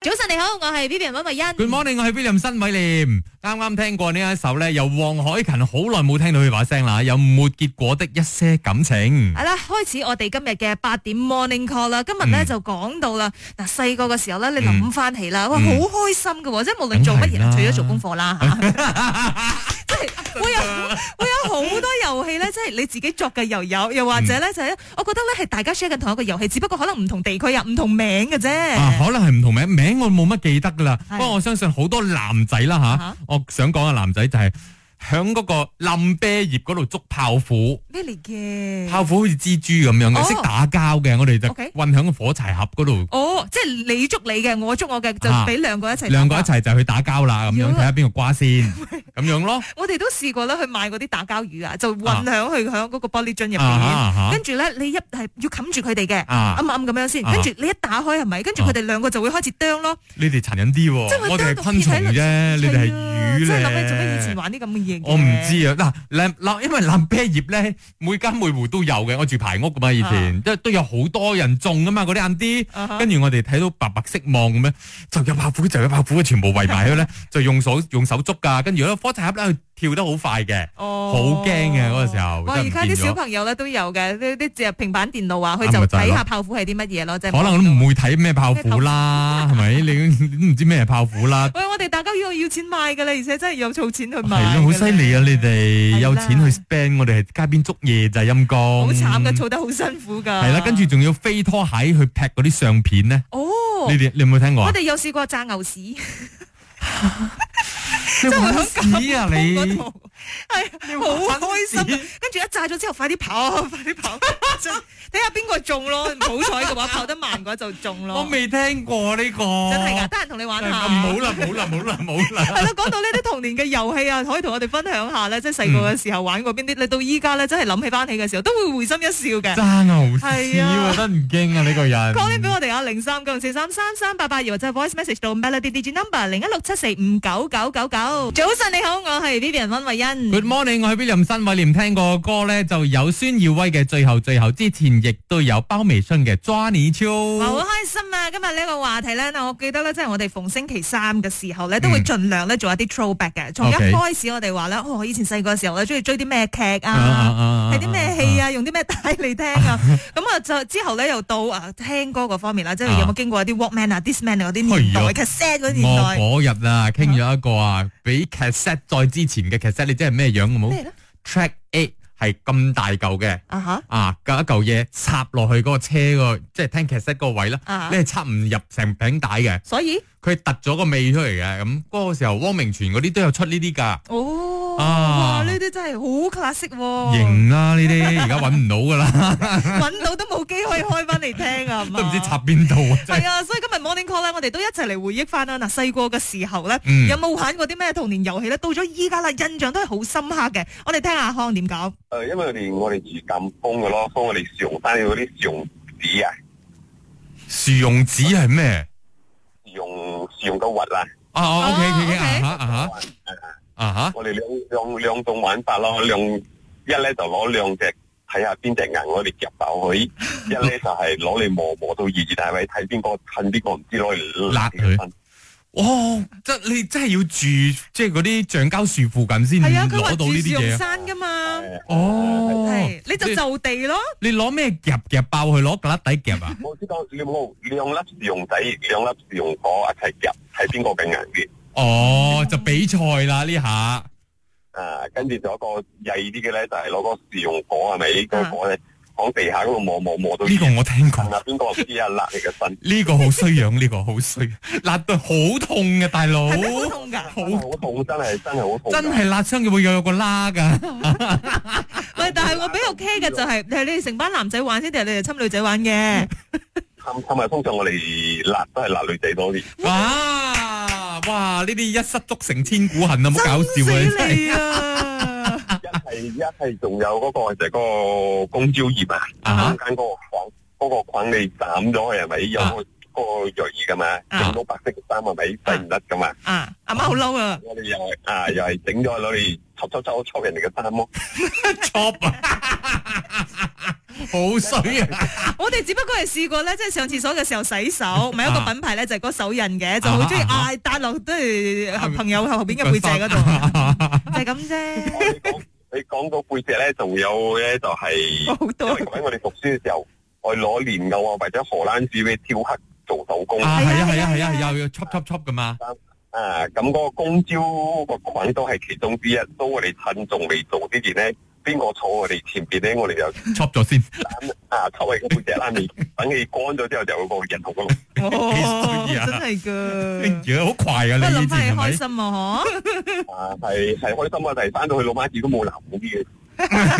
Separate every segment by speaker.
Speaker 1: 早晨你好，我係 Vivian 温慧欣。
Speaker 2: Good morning，我係 William 新偉廉。啱啱聽過呢一首咧，由黃凱芹好耐冇聽到佢把聲啦，有沒結果的一些感情。
Speaker 1: 係啦，開始我哋今日嘅八點 morning call 啦。今日咧
Speaker 2: 嗯
Speaker 1: 就講到啦，嗱細個嘅時候咧，你
Speaker 2: 嗯
Speaker 1: 諗翻起啦，哇好
Speaker 2: 嗯
Speaker 1: 開心嘅喎，即係無論做乜嘢
Speaker 2: 梗係
Speaker 1: 啦，
Speaker 2: 啦
Speaker 1: 除咗做功課 啦 嚇，即係會有會有好多遊戲咧，即係你自己作嘅又有，又或
Speaker 2: 嗯
Speaker 1: 者咧就係我覺得咧係大家 share 緊同一個遊戲，只不過可能唔同地區啊，唔同名嘅啫。
Speaker 2: 啊，可能係唔同名，名我冇乜記得噶啦。
Speaker 1: 係
Speaker 2: 不過我相信好多男仔啦吓
Speaker 1: 啊，
Speaker 2: 我想講嘅男仔就係響嗰個冧啤葉嗰度捉泡芙，
Speaker 1: 咩嚟嘅？
Speaker 2: 泡芙好似蜘蛛咁樣
Speaker 1: 哦
Speaker 2: 嘅，識打交嘅，我哋就
Speaker 1: OK
Speaker 2: 混響個火柴盒嗰度，
Speaker 1: 哦，即係你捉你嘅，我捉我嘅，就
Speaker 2: 啊
Speaker 1: 俾兩個一齊。
Speaker 2: 兩個一。齊就去打交啦，咁樣
Speaker 1: 如
Speaker 2: 睇
Speaker 1: 果
Speaker 2: 下邊個瓜先， 咁樣咯。
Speaker 1: 我哋都試過咧去買嗰啲打膠魚啊，就混響去響嗰個玻璃樽入
Speaker 2: 啊哈
Speaker 1: 邊，
Speaker 2: 啊哈
Speaker 1: 跟住咧你一係要冚住佢哋嘅，
Speaker 2: 啊
Speaker 1: 啱啱咁樣先，
Speaker 2: 啊
Speaker 1: 跟住你一打開係咪？跟住佢哋兩個就會開始啄咯，
Speaker 2: 你哋殘忍啲喎，
Speaker 1: 即係會
Speaker 2: 我哋係
Speaker 1: 啄到
Speaker 2: 昆蟲
Speaker 1: 撇喺度
Speaker 2: 啫，你哋係魚
Speaker 1: 即係
Speaker 2: 咧。
Speaker 1: 諗起做咩以前玩啲咁嘅嘢嘅？
Speaker 2: 我唔知啊，嗱，藍藍因為藍啤葉咧，每間每户都有嘅。我住排屋噶嘛，以前都都有好多人種噶嘛，嗰啲晏啲。
Speaker 1: 啊哈。
Speaker 2: 跟住我哋睇到白白色望咁樣，就有白虎，就有白虎，全部圍埋佢 咧，就用手用手捉㗎。跟住咧，火柴盒咧，佢跳得好快嘅，
Speaker 1: 哦
Speaker 2: 好驚嘅嗰個時候。
Speaker 1: 哇！哦而
Speaker 2: 真係唔
Speaker 1: 家啲
Speaker 2: 見咗
Speaker 1: 小朋友咧都有嘅，呢啲隻平板電腦啊，佢
Speaker 2: 啱
Speaker 1: 就
Speaker 2: 咪就係
Speaker 1: 睇
Speaker 2: 咯
Speaker 1: 下泡芙係啲乜嘢咯，即係
Speaker 2: 可能都唔會睇咩泡芙啦， 係咪？你你唔知咩係泡芙啦，
Speaker 1: 喂，我哋打膠魚我要錢買嘅啦，而且真係有儲錢去買。
Speaker 2: 係咯，好犀利啊！你！哋
Speaker 1: 係
Speaker 2: 有
Speaker 1: 啦
Speaker 2: 錢去 spend，我哋係街邊捉嘢就係陰公，
Speaker 1: 好慘嘅，儲得好辛苦㗎。
Speaker 2: 嗯系啦，跟住仲要飛拖鞋去劈嗰啲相片咧，
Speaker 1: 哦
Speaker 2: 你，哋你有冇聽過
Speaker 1: 我
Speaker 2: 啊？
Speaker 1: 哋有試過炸牛屎。真係
Speaker 2: 你玩屎啊 你！
Speaker 1: 嗰度係好開心
Speaker 2: 你玩
Speaker 1: 啊，跟住一炸咗之後，快啲跑 啊，快啲 跑！真睇下邊個中咯，唔好彩嘅話跑得慢嘅話就中咯。
Speaker 2: 我未聽過呢個，
Speaker 1: 真係㗎，得閒同你玩下。
Speaker 2: 唔好啦，唔好啦，唔好啦，唔好啦。
Speaker 1: 係啦，講到呢啲童年嘅遊戲啊，可以同我哋分享下咧，即係
Speaker 2: 嗯
Speaker 1: 細個嘅時候玩過邊啲，你到依家咧真係諗起翻起嘅時候，都會會心一笑嘅。
Speaker 2: 揸牛屎
Speaker 1: 係啊
Speaker 2: 喎，真唔驚啊！呢個人。
Speaker 1: call in 俾我哋啊，零三九零四三三三八八，又或者 voice message 到 melody digit number 零一六七四五九九九九。早晨你好，我係 Vivian 温慧欣。
Speaker 2: Good morning，我係 William 新偉廉，聽過歌咧就有孫耀威嘅《最後最後》，之前亦都有包微春嘅《抓你超》。
Speaker 1: 哇好開心啊！今日呢個話題咧，嗱，我記得咧，即係我哋逢星期三嘅時候咧，都會盡量咧做一啲 throwback 嘅。從一
Speaker 2: 嗯 OK
Speaker 1: 開始我哋話咧，哦，以前細個嘅時候咧，中意追啲咩劇
Speaker 2: 啊啊
Speaker 1: 啊，
Speaker 2: 啊啊
Speaker 1: 睇啲咩戲啊，用啲咩帶嚟聽 啊。咁啊，就之後咧又到啊聽歌嗰方面啦，即係有冇經過一啲 Walkman 啊、Discman 啊嗰啲年代
Speaker 2: 係啊
Speaker 1: cassette 嗰啲年代
Speaker 2: 我嗰日啊，傾咗一個啊，比 cassette 再之前嘅 cassette，你知係咩樣嘅冇
Speaker 1: 咩咧？
Speaker 2: ？Track Eight 係咁大嚿嘅。
Speaker 1: 啊吓
Speaker 2: 啊，嚿一嚿嘢插落去嗰個車個，即係聽劇 set 嗰個位啦，
Speaker 1: 啊
Speaker 2: 你係插唔入成餅帶嘅，
Speaker 1: 所以
Speaker 2: 佢係突咗個尾出嚟嘅。咁嗰個時候，汪明荃嗰啲都有出呢啲㗎，
Speaker 1: 哦，
Speaker 2: 啊
Speaker 1: 哇，呢啲真係好 classic 喎，
Speaker 2: 型啊啦呢啲，而家揾唔到 㗎啦，
Speaker 1: 揾到都冇機可以開翻嚟聽啊，係嘛
Speaker 2: 都唔知插邊度啊！真 係
Speaker 1: 係啊，所以今日 morning call 咧，我哋都一齊嚟回憶翻啦。嗱，細個嘅時候咧，
Speaker 2: 嗯
Speaker 1: 有冇玩過啲咩童年遊戲咧？到咗依家啦，印象都係好深刻嘅。我哋聽下阿康點講。
Speaker 3: 誒、呃因為我哋我哋住咁風嘅咯，所以我哋樹用翻嗰啲樹用紙啊，
Speaker 2: 薯蓉子係咩？
Speaker 3: 樹用樹用個核啊，
Speaker 2: 啊哦
Speaker 1: 哦
Speaker 2: ，OK OK
Speaker 1: OK
Speaker 2: 啊嚇啊嚇啊嚇，
Speaker 3: 我哋兩兩兩種玩法咯，兩一咧就攞兩隻睇下邊隻硬，我哋夾爆 佢；一咧就係攞嚟磨磨到熱熱，係咪睇邊個近邊個唔知攞嚟
Speaker 2: 辣佢
Speaker 3: 身
Speaker 2: 哦，真你真係要住即係嗰啲橡膠樹附近先
Speaker 1: 係啊，佢話
Speaker 2: 嗯攞到
Speaker 1: 住
Speaker 2: 呢
Speaker 1: 樹
Speaker 2: 啲
Speaker 1: 用
Speaker 2: 嘢。
Speaker 1: 山噶嘛，
Speaker 3: 呃
Speaker 2: 哦，
Speaker 1: 係你就就地咯。
Speaker 2: 你攞咩夾夾爆佢，攞格粒底夾啊？
Speaker 3: 我知道你有冇兩粒樹用仔，兩粒樹用果一齊夾，睇邊個更硬啲。
Speaker 2: 哦，就比賽啦呢下。
Speaker 3: 啊，跟住仲有一個曳啲嘅咧，就係攞個樹用果係咪？嗰
Speaker 1: 啊
Speaker 3: 個果咧響地下嗰度磨磨磨到熱
Speaker 2: 呢個我聽過，
Speaker 3: 啊，邊個唔知啊？辣你個身，
Speaker 2: 呢個好衰 樣，呢個好衰，辣到好痛嘅大佬，
Speaker 1: 係咪好痛㗎？
Speaker 2: 好
Speaker 3: 好痛，真係真係好痛。
Speaker 2: 真係辣傷會有個拉噶，
Speaker 1: 喂，但係我比較 care 嘅就係，係你哋成班男仔玩先定係你哋侵女仔玩嘅？
Speaker 3: 同同埋通常我哋辣都係辣女仔多啲。
Speaker 2: 哇哇！呢啲一失足成千古恨啊，冇 搞笑啊！
Speaker 1: 憎
Speaker 2: 真
Speaker 1: 死
Speaker 2: 係
Speaker 1: 你啊！
Speaker 3: 一係一係仲有嗰個就係嗰個公椒葉
Speaker 2: 啊
Speaker 3: 啊，中間嗰個框，嗰個框你斬咗佢係咪？有
Speaker 2: 啊
Speaker 3: 個嗰個藥葉噶嘛，
Speaker 1: 啊
Speaker 3: 整到白色嘅衫係咪洗唔甩噶嘛？
Speaker 1: 啊，阿媽好嬲啊！
Speaker 3: 我哋又係啊，又係整咗攞嚟戳戳戳戳人哋嘅衫咯。
Speaker 2: chop 啊！ 好水啊！
Speaker 1: 我哋只不過係試過咧，即係上廁所嘅時候洗手，咪有一個品牌咧就係嗰手印嘅，就好中意
Speaker 2: 啊
Speaker 1: 嗌搭落都係朋友後邊嘅背脊嗰度，就係咁啫。
Speaker 3: 我你講你講到背脊咧，仲有咧就係、
Speaker 1: 好
Speaker 3: 因
Speaker 1: 多
Speaker 3: 為喺我哋讀書嘅時候，我哋攞蓮藕啊或者荷蘭紙俾雕刻做手工
Speaker 2: 啊，
Speaker 3: 啊，
Speaker 2: 係啊，係
Speaker 1: 係
Speaker 2: 啊，
Speaker 1: 啊
Speaker 2: 係啊，
Speaker 1: 係啊
Speaker 2: 又要 chop chop chop 噶嘛，
Speaker 3: 咁嗰個公蕉個菌都係其中之一。都我哋趁仲未做之前咧，邊個坐我哋前邊咧，我哋就
Speaker 2: chop 咗先，
Speaker 3: 啊抽起個背脊啦， 你等你乾咗之後就有個人頭嗰度。
Speaker 1: 哦，
Speaker 2: 幾衰啊
Speaker 1: 真係噶。
Speaker 2: 而家好快啊！
Speaker 1: 不過
Speaker 2: 你
Speaker 1: 嗯
Speaker 2: 以
Speaker 1: 諗翻
Speaker 2: 前係
Speaker 1: 係
Speaker 2: 咪
Speaker 1: 開？心啊，嗬！
Speaker 3: 啊，係係開心啊！但係翻到去老媽子都冇男嗰啲嘅，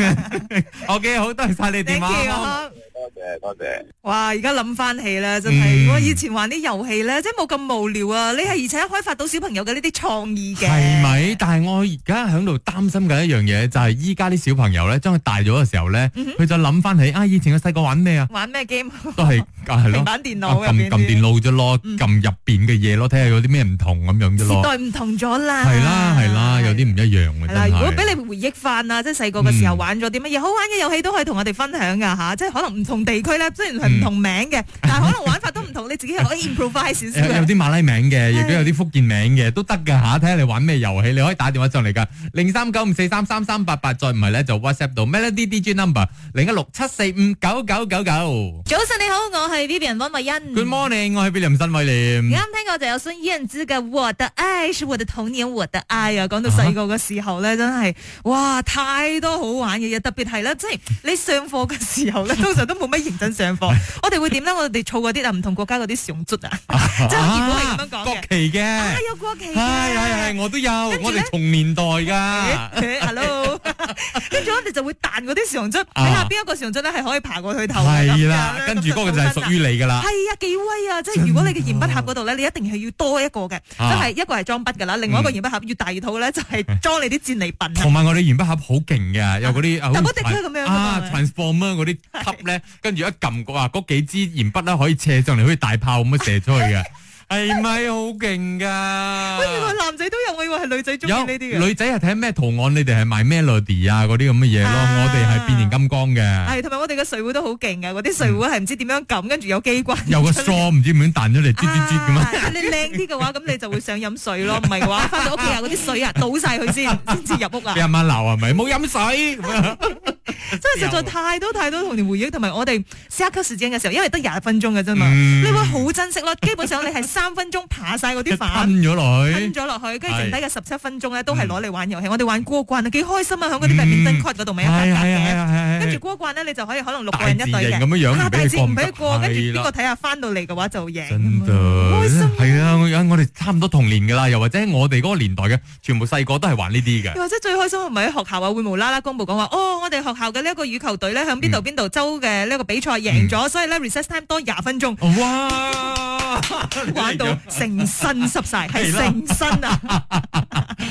Speaker 2: O K，好多謝晒你電
Speaker 1: Thank
Speaker 2: 話
Speaker 1: you，
Speaker 2: 啊。
Speaker 1: 啊
Speaker 3: 多謝多謝。
Speaker 1: 哇！而家諗翻起咧，真
Speaker 2: 嗯
Speaker 1: 係我以前玩啲遊戲咧，即係冇咁無聊啊！你係而且開發到小朋友嘅呢啲創意嘅，
Speaker 2: 係咪？但係我而家喺度擔心緊一樣嘢，就係依家啲小朋友咧，將佢大咗嘅時候咧，
Speaker 1: 嗯哼
Speaker 2: 佢就諗翻起啊，以前我細個玩咩啊，
Speaker 1: 玩咩 game？
Speaker 2: 都係啊係
Speaker 1: 平
Speaker 2: 咯，
Speaker 1: 板電腦入
Speaker 2: 撳
Speaker 1: 邊
Speaker 2: 撳電
Speaker 1: 啲
Speaker 2: 腦啫咯，
Speaker 1: 嗯
Speaker 2: 撳入邊嘅嘢咯，睇下有啲咩唔同咁樣啫
Speaker 1: 時
Speaker 2: 咯。
Speaker 1: 代唔同咗啦，
Speaker 2: 係啦係啦，有啲唔一樣嘅
Speaker 1: 係啦，啊如果
Speaker 2: 真係。
Speaker 1: 俾你回憶翻啊，即係細個嘅時候玩咗啲乜嘢好玩嘅遊戲都可以同我哋分享噶吓，即係可能唔同地區咧，雖然係唔同名
Speaker 2: 嗯
Speaker 1: 嘅，但係可能玩法都唔同，你自己可以 improvise 少
Speaker 2: 有
Speaker 1: 少
Speaker 2: 有
Speaker 1: 嘅。
Speaker 2: 啲馬拉名嘅，亦都有啲福建名嘅，都得㗎吓。睇下你玩咩遊戲，你可以打電話上嚟㗎，零三九五四三三三八八，再唔係咧就 WhatsApp 到 Melody DJ number 零一六七四五九九九九。
Speaker 1: 早晨你好，我係 Vivian 温慧欣。
Speaker 2: Good morning，我係 William 新威廉
Speaker 1: 啱。聽過就有孫燕姿嘅《我的愛是我的童年我的愛》啊！講到細個嘅時候咧，真係哇太多好玩嘅嘢，特別係咧，即係你上課嘅時候咧，通常都冇乜認真上課。我哋會點咧？我哋儲嗰啲啊，唔同國家嗰啲上卒啊，即係結果係咁樣
Speaker 2: 啊
Speaker 1: 講
Speaker 2: 國
Speaker 1: 嘅。
Speaker 2: 旗嘅，
Speaker 1: 啊
Speaker 2: 係
Speaker 1: 有國旗嘅
Speaker 2: 哎係係，我都有，
Speaker 1: 跟
Speaker 2: 我
Speaker 1: 住呢
Speaker 2: 哋同年代㗎。
Speaker 1: 誒誒 hello，跟住我哋就會彈嗰啲上卒，睇下邊一個上卒咧係可以爬過去頭嘅。
Speaker 2: 啊係啦，跟住嗰個就係屬
Speaker 1: 於。
Speaker 2: 於你㗎啦。
Speaker 1: 係啊，幾威啊！即係如果你嘅鉛筆盒嗰度咧，你一定係要多一個嘅，
Speaker 2: 啊嗯
Speaker 1: 真係一個係裝筆㗎啦，另外一個鉛筆盒越大越好咧，就係裝你啲戰利品啊
Speaker 2: 同！埋我哋鉛筆盒好勁嘅，有嗰啲啊
Speaker 1: 但
Speaker 2: 好
Speaker 1: 嗰滴都係咁樣㗎嘛
Speaker 2: 啊 transformer 嗰 啲吸咧，跟住一撳個話嗰幾支鉛筆咧可以射上嚟，好似大炮咁樣射出 去嘅，係咪好勁
Speaker 1: 喂，原來
Speaker 2: 㗎？
Speaker 1: 男仔都有，我以為係女仔中意呢啲啊嘅。
Speaker 2: 嗯女仔係睇咩圖案，你哋係賣 melody 啊嗰啲咁嘅嘢咯，
Speaker 1: 啊
Speaker 2: 我哋係變形金剛嘅，
Speaker 1: 係，同埋我哋嘅水壺都好勁啊嘅，嗰啲水壺係唔知點樣撳，跟住有機關。
Speaker 2: 有個 straw 唔知點樣彈咗嚟，啜啜啜咁
Speaker 1: 啊
Speaker 2: 啊！
Speaker 1: 你靚啲嘅話，咁你就會想飲水咯，唔係嘅話，翻到屋企啊，嗰啲水啊，倒晒佢先，先至入屋啊
Speaker 2: 俾。阿媽鬧係咪？冇 飲水咁啊！
Speaker 1: 真係實在太多太多童年回憶，同埋我哋下級時間嘅時候，因為得廿分鐘嘅啫嘛，
Speaker 2: 嗯
Speaker 1: 你會好珍惜咯。基本上你係三分鐘爬晒嗰啲
Speaker 2: 吞
Speaker 1: 飯。
Speaker 2: 咗落
Speaker 1: 吞
Speaker 2: 去，
Speaker 1: 咗落去，跟住剩低嘅十七分鐘咧，都係攞嚟玩遊戲。我哋玩過關啊，幾開心啊！喺嗰啲 badminton court 嗰度咪有格
Speaker 2: 係係係
Speaker 1: 嘅。
Speaker 2: 係係，
Speaker 1: 跟住過關咧，你就可以可能六個
Speaker 2: 大
Speaker 1: 人
Speaker 2: 自
Speaker 1: 一隊
Speaker 2: 然咁
Speaker 1: 嘅。
Speaker 2: 樣樣唔
Speaker 1: 啊
Speaker 2: 俾
Speaker 1: 大
Speaker 2: 你
Speaker 1: 字
Speaker 2: 過
Speaker 1: 唔
Speaker 2: 唔
Speaker 1: 俾
Speaker 2: 得
Speaker 1: 佢過，跟住
Speaker 2: 係啦
Speaker 1: 邊個睇下翻到嚟嘅話就贏。
Speaker 2: 真的
Speaker 1: 開心啊
Speaker 2: 係啊！我我哋差唔多同年噶啦，又或者我哋嗰個年代嘅，全部細個都係玩呢啲嘅。
Speaker 1: 又或者最開心係咪喺學校啊，會無啦啦公佈講話，哦，我哋學校嘅呢一個羽球隊咧，向
Speaker 2: 嗯
Speaker 1: 邊度邊度州嘅呢一個比賽贏咗，所以咧 recess time 多廿分鐘。
Speaker 2: 哇！
Speaker 1: 玩到成身濕晒，係成身啊！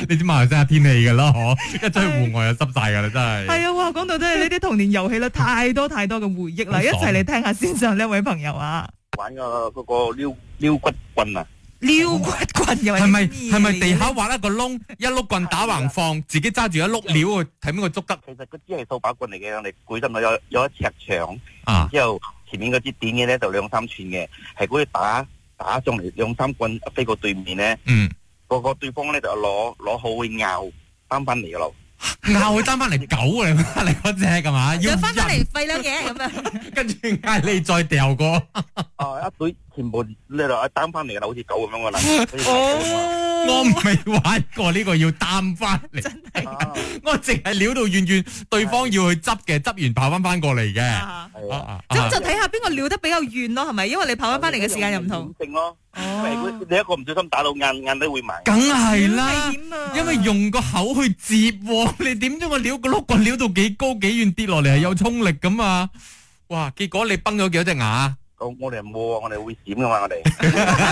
Speaker 2: 你知馬來西亞天氣噶啦，嗬，一出去戶外就濕晒噶啦，真 係。
Speaker 1: 係啊，哇！講到 真係呢啲童年遊戲啦，太多太多嘅回憶啦，
Speaker 2: 好
Speaker 1: 一
Speaker 2: 爽啊
Speaker 1: 齊嚟聽下先上呢一位朋友啊，
Speaker 3: 玩個嗰個撩撩骨棍啊！
Speaker 1: 撩骨棍又
Speaker 2: 係咪係咪地下挖一個窿，一碌棍打橫放，自己揸住一碌料去睇邊個捉得
Speaker 4: 其實嗰支係掃把棍嚟嘅，我哋攰得咪有有一尺長，
Speaker 3: À.
Speaker 2: 啊？
Speaker 4: 之後前面嗰支點嘅咧就兩三寸嘅，係嗰啲打打中嚟兩三棍飛過對面咧，
Speaker 2: 嗯，
Speaker 4: 個個對方咧就攞攞好會拗翻翻嚟嘅咯。
Speaker 2: 拗佢單翻嚟狗啊！你你嗰只係嘛？要
Speaker 1: 又翻返
Speaker 2: 人
Speaker 1: 嚟廢兩嘢咁啊！
Speaker 2: 跟住嗌你再掉過。
Speaker 1: 哦
Speaker 3: Ờ,
Speaker 4: 啊，一隊全部呢度一單翻嚟嘅啦，好似狗咁樣嘅啦。所以
Speaker 2: 哦我未玩過呢個要擔翻嚟。
Speaker 4: 啊
Speaker 2: 我淨係撩到遠遠，對方要去執嘅，執完跑翻翻過嚟嘅。啊
Speaker 1: 啊
Speaker 4: 係啊
Speaker 2: 啊
Speaker 1: 咁
Speaker 2: 啊
Speaker 1: 就睇下邊個撩得比較遠咯，係咪？因為你跑翻翻嚟嘅時間又唔同。。
Speaker 4: 正咯，因為如果
Speaker 1: 哦，
Speaker 4: 你一個唔小心打到眼眼都會埋。
Speaker 2: 梗係啦
Speaker 1: 好危，險啊
Speaker 2: 因為用個口去接喎，你點咗個撩個碌棍撩到幾高幾遠跌落嚟係有衝力噶嘛？哇！結果你崩咗幾多隻牙，
Speaker 4: 我我哋冇啊，我哋會閃嘅嘛，我哋。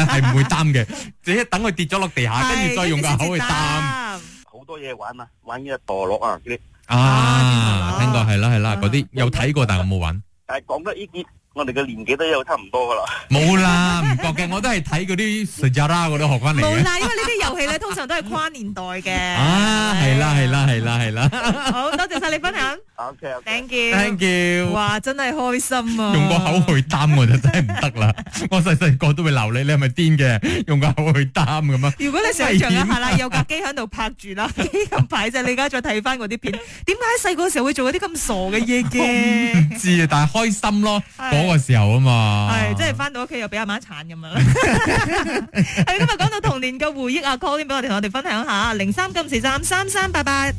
Speaker 2: 係唔會擔嘅， 只係等佢跌咗落地下，跟住
Speaker 1: 係
Speaker 2: 再用個
Speaker 1: 先至
Speaker 2: 口去擔。
Speaker 1: 擔
Speaker 4: 好多嘢玩啊，玩呢個墮落
Speaker 3: à,
Speaker 4: 啊嗰啲。
Speaker 2: 啊，
Speaker 1: 啊
Speaker 2: 聽過係啦係啦，
Speaker 1: 啊
Speaker 2: 嗰啲有睇過，但係我冇玩。
Speaker 4: 但係講得呢啲我哋嘅年紀都有差唔多噶啦。
Speaker 2: 冇啦，唔覺嘅，我都係睇嗰啲 s a r a 嗰度學翻嚟
Speaker 1: 冇
Speaker 2: 嘅。
Speaker 1: 啦，因為呢啲遊戲咧通常都係跨年代嘅。
Speaker 2: 啊，係啦，係啦，係啦，係啦
Speaker 1: 好多謝晒你分享
Speaker 4: OK OK。
Speaker 1: ，thank you。
Speaker 2: ，thank you。
Speaker 1: 哇，真係開心啊！
Speaker 2: 用個口去擔我就真係唔 得啦，我細細個都會鬧你，你係咪癲嘅？用個口去擔咁啊！
Speaker 1: 如果你想象一下啦，有架機喺度拍住啦， 機咁擺啫。你而家再睇翻嗰啲片，點解細個時候會做嗰啲咁傻嘅嘢嘅？
Speaker 2: 唔知啊，但係開心咯，
Speaker 1: 係
Speaker 2: 嗰個時候啊嘛，
Speaker 1: 係，即係翻到屋企又俾阿媽鏟咁樣啦。 係今日講到童年嘅回憶啊，call in 俾我哋，同我哋分享下零三九四三三三八八。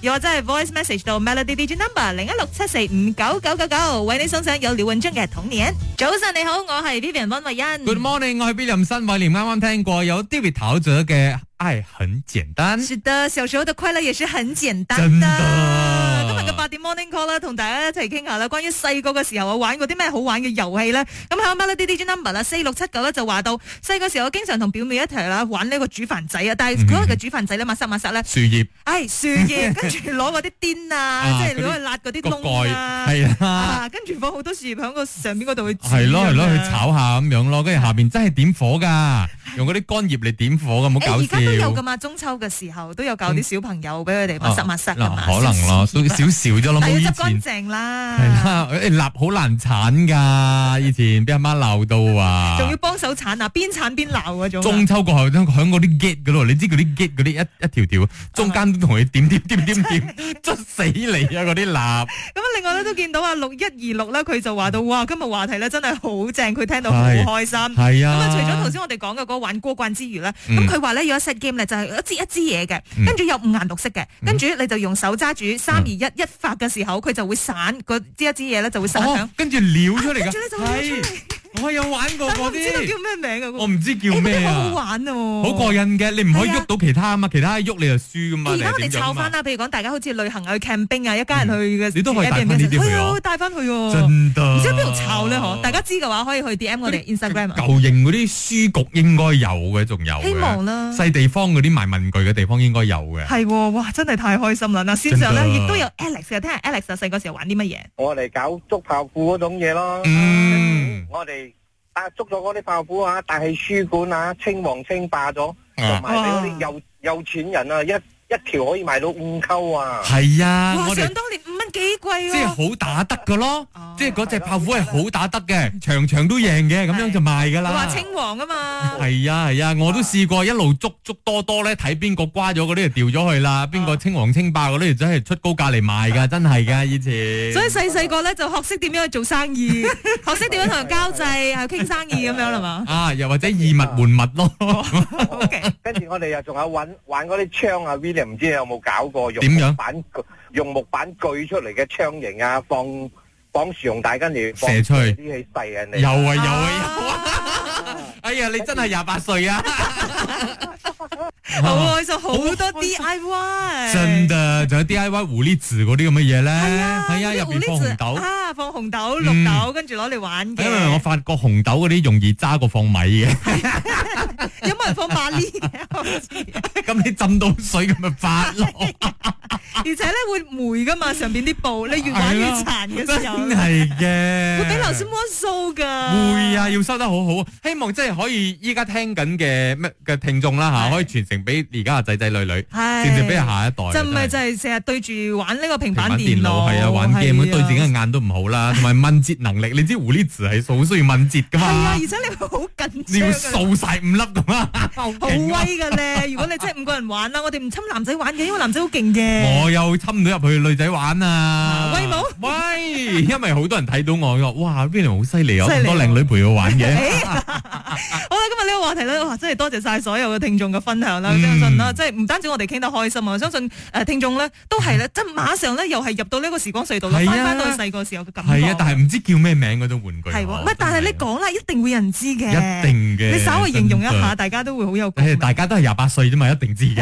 Speaker 1: 又或者係 voice message 到 melody DJ number 零一六七四五九九九九，為你送上有廖允章嘅童年。早晨你好，我係 Vivian 温慧欣。
Speaker 2: Good morning，我係 William 新偉廉，啱啱聽過有 David 陶喆嘅《愛很簡單》。
Speaker 1: 是的，小時候的快樂也是很簡單
Speaker 2: 嗯真
Speaker 1: 的。
Speaker 2: 的
Speaker 1: 今日嘅八點 Morning Call 啦，同大家一齊傾下啦，關於細個嘅時候啊，玩過啲咩好玩嘅遊戲咧？咁喺 Melody DJ Number 啦，四六七九咧就話到細個時候經常同表妹一齊啦玩呢個煮飯仔啊，
Speaker 2: 嗯
Speaker 1: 但係嗰日嘅煮飯仔咧，抹殺抹殺咧，
Speaker 2: 樹葉
Speaker 1: 唉，樹 葉跟住攞嗰啲滗啊，
Speaker 2: 啊
Speaker 1: 即係攞去辣嗰啲
Speaker 2: 個
Speaker 1: 窿
Speaker 2: 蓋
Speaker 1: 啊，
Speaker 2: 係啊，
Speaker 1: 啊，跟住放好多樹葉喺個上面嗰度去煮，啊
Speaker 2: 係咯係咯，
Speaker 1: 咁
Speaker 2: 去
Speaker 1: 樣
Speaker 2: 炒下咁樣咯，跟住下邊真係點火㗎，用嗰啲乾葉嚟點火㗎，唔
Speaker 1: 誒
Speaker 2: 好搞
Speaker 1: 而家都有噶
Speaker 2: 笑。啊
Speaker 1: 嘛，中秋嘅時候都有教啲小朋友俾佢哋抹殺抹殺啊噶
Speaker 2: 嗱
Speaker 1: 嘛，
Speaker 2: 可能咯，少少少咗咯，
Speaker 1: 但
Speaker 2: 冇
Speaker 1: 係啊
Speaker 2: 以
Speaker 1: 要執乾
Speaker 2: 前。
Speaker 1: 淨啦，
Speaker 2: 係啦，誒立好難鏟㗎，以前俾阿媽鬧到啊。
Speaker 1: 仲要幫手鏟啊，邊鏟邊鬧嗰種啊。
Speaker 2: 中秋過後響響嗰啲 gate 嗰度，你知嗰啲 gate 嗰啲一一條條，中間都同佢點點 點點點，捽死你啊！嗰啲蠟。
Speaker 1: 咁另外咧都見到啊六一二六咧，佢就話到哇，今日話題咧真係好正，佢聽到好開心。咁
Speaker 2: 系啊，
Speaker 1: 啊，除咗頭先我哋講嘅嗰個玩過關之餘咧，
Speaker 2: 嗯
Speaker 1: 咁佢話咧有一 set game 咧就係一支一支嘢嘅，
Speaker 2: 嗯
Speaker 1: 跟住有五顏六色嘅，跟住你就用手揸住三二一一發嘅時候，佢就會散嗰支一支嘢咧就會散響
Speaker 2: 哦，，跟住撩出嚟
Speaker 1: 跟
Speaker 2: 噶
Speaker 1: 住咧就會出嚟，。
Speaker 2: 係我有玩過
Speaker 1: 但我啊
Speaker 2: 嗰
Speaker 1: 唔知道叫
Speaker 2: 啲，
Speaker 1: 咩名啊嗰個
Speaker 2: 我唔知叫
Speaker 1: 誒嗰
Speaker 2: 咩
Speaker 1: 啲好好
Speaker 2: 啊，
Speaker 1: 玩喎，
Speaker 2: 好過癮嘅，你唔可以
Speaker 1: 係啊
Speaker 2: 喐到其他啊嘛，其他一喐你就輸噶嘛。
Speaker 1: 而家我
Speaker 2: 你
Speaker 1: 哋
Speaker 2: 係點樣
Speaker 1: 抄
Speaker 2: 啊嘛
Speaker 1: 翻，啦，譬如講大家好似旅行啊、去 camping 啊，一家人去嘅，
Speaker 2: 你都可以帶返呢啲去啊
Speaker 1: 係啊帶翻去喎。
Speaker 2: 真噶。
Speaker 1: 唔知喺邊度抄咧？嗬，大家知嘅話可以去 DM 我哋 Instagram 啊。
Speaker 2: 舊型嗰啲書局應該有嘅，仲有嘅
Speaker 1: 希望啦，
Speaker 2: 細地方嗰啲賣文具嘅地方應該有嘅。
Speaker 1: 係喎，哇，真係太開心啦！嗱，線上咧
Speaker 2: 真㗎啊
Speaker 1: 亦都有 Alex 嘅，聽下 Alex 啊細個時候玩啲乜嘢？
Speaker 5: 我嚟搞捉炮虎嗰種嘢咯。
Speaker 2: 嗯
Speaker 5: 我哋啊捉咗嗰啲炮虎啊，帶去書館啊，稱王稱霸咗，同
Speaker 2: 啊
Speaker 5: 埋俾嗰啲有有錢人啊，一一條可以賣到五溝啊。
Speaker 2: 係啊，
Speaker 1: 哇，
Speaker 2: 我哋
Speaker 1: 想當年五蚊幾貴
Speaker 2: 即係
Speaker 1: 喎，
Speaker 2: 好打得嘅咯
Speaker 1: 哦，
Speaker 2: 即係嗰隻炮虎係好打得嘅，場場都贏嘅，咁樣就賣㗎
Speaker 1: 我話
Speaker 2: 啦。
Speaker 1: 稱王啊嘛。
Speaker 2: 係啊係啊，我都試過一路捉捉多多咧，睇邊個瓜咗嗰啲就掉咗去
Speaker 1: 哦
Speaker 2: 啦，邊個稱王稱霸嗰啲就真係出高價嚟賣㗎，真係㗎以前。
Speaker 1: 所以細細個咧就學識點樣去做生 意，學識點樣同人交際，係傾生意咁樣啦 嘛。
Speaker 2: 啊，又或者以物換物 咯，
Speaker 1: O K，
Speaker 5: 跟住我哋又仲有玩玩嗰啲槍啊，William 唔知你有冇搞過？用
Speaker 2: 點樣
Speaker 5: 木板用木板鋸出嚟嘅槍型啊，放綁樹用帶，跟住放
Speaker 2: 射出去
Speaker 5: 啲氣勢人
Speaker 2: 有
Speaker 5: 哋。
Speaker 2: 啊有啊，
Speaker 1: 啊，
Speaker 2: 哎呀，你真係廿八 歲啊！
Speaker 1: 好開心，好多
Speaker 2: 好開
Speaker 1: D
Speaker 2: 心
Speaker 1: I Y，
Speaker 2: 真嘅，仲有 D I Y 狐狸字嗰啲咁嘅嘢咧，係啊，
Speaker 1: 啲
Speaker 2: 入
Speaker 1: 胡
Speaker 2: 邊
Speaker 1: 椒
Speaker 2: 放紅豆。
Speaker 1: 啊，放紅豆、
Speaker 2: 嗯啊
Speaker 1: 綠豆，跟住攞嚟玩嘅。
Speaker 2: 因為我發覺紅豆嗰啲容易揸過放米嘅，
Speaker 1: 有冇人放馬呢嘅？我唔知
Speaker 2: 咁你浸到水咁咪發咯，
Speaker 1: 而且咧會霉噶嘛，上邊啲布，你 越玩越殘嘅時候，
Speaker 2: 啊真係嘅。
Speaker 1: 會俾流酸魔掃噶。
Speaker 2: 會啊，要收得好好，希望真係可以依家聽緊嘅咩嘅聽眾啦
Speaker 1: 係
Speaker 2: 吓，可以傳承俾而家嘅仔仔女女，
Speaker 1: 係，
Speaker 2: 傳承俾下一代。
Speaker 1: 就唔係就
Speaker 2: 真係
Speaker 1: 係成日對住玩呢個平
Speaker 2: 平
Speaker 1: 板
Speaker 2: 板電
Speaker 1: 電腦，
Speaker 2: 腦係啊，玩 game 對自己嘅眼都唔好啦，同埋敏捷能力，你知狐狸字係好需要敏捷噶
Speaker 1: 係啊，
Speaker 2: 嘛
Speaker 1: 而，且你會好
Speaker 2: 你要
Speaker 1: 緊張㗎。
Speaker 2: 掃晒五粒咁啊，好
Speaker 1: 好
Speaker 2: 勁啊
Speaker 1: 威噶咧！如果你真係五個人玩啦，我哋唔侵男仔玩嘅，因為男仔好勁嘅。
Speaker 2: 我又侵到入去女仔玩啊！
Speaker 1: 威冇
Speaker 2: 喂，因為好多人睇到我，佢話哇 v i l 好犀利啊，
Speaker 1: 犀利
Speaker 2: 咁
Speaker 1: 啊
Speaker 2: 多靚女陪 我玩嘅。
Speaker 1: 誒好啦，今日呢個話題咧，哇，真係多謝晒所有嘅聽眾嘅分享啦，
Speaker 2: 嗯
Speaker 1: 相信啦，即係唔單止我哋傾得開心啊，我相信誒聽眾咧都係咧，即係馬上咧又係入到呢個時光隧道啦，
Speaker 2: 係啊
Speaker 1: 翻翻到細個時候嘅感覺。
Speaker 2: 係啊，但係唔知叫咩名嗰種玩具。
Speaker 1: 係喎，
Speaker 2: 我
Speaker 1: 唔係但係
Speaker 2: 真
Speaker 1: 你講啦，一定會有人知嘅。
Speaker 2: 啊一。定嘅。
Speaker 1: 你稍微形容一
Speaker 2: 真
Speaker 1: 下，
Speaker 2: 係，
Speaker 1: 大家都會好有共
Speaker 2: 誒
Speaker 1: 鳴。
Speaker 2: 大家都係廿八歲啫嘛，一定知嘅。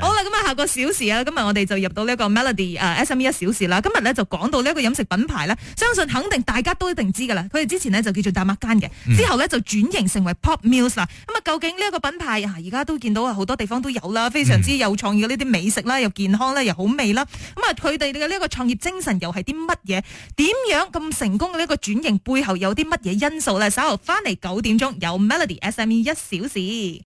Speaker 1: 好啦，咁啊，下個小時啊，今日我哋就入到呢一個 Melody 呃誒 SME E 一小時啦。今日咧就講到呢一個飲食品牌咧，相信肯定大家都一定知噶啦。佢哋之前呢就叫做大麥間嘅，
Speaker 2: 嗯
Speaker 1: 之後咧就轉型成為 Pop Meals 啦。咁啊，究竟呢一個品牌啊，而家都見到啊好多地方都有啦，非常之有創意嘅呢啲美食啦，又健康啦，又好味啦。咁啊，佢哋嘅呢一個創業精神又係啲乜嘢？點樣咁成功嘅呢一個轉型背後有啲乜嘢因素咧？稍後翻嚟九點鐘有 Melody SME E 一小時。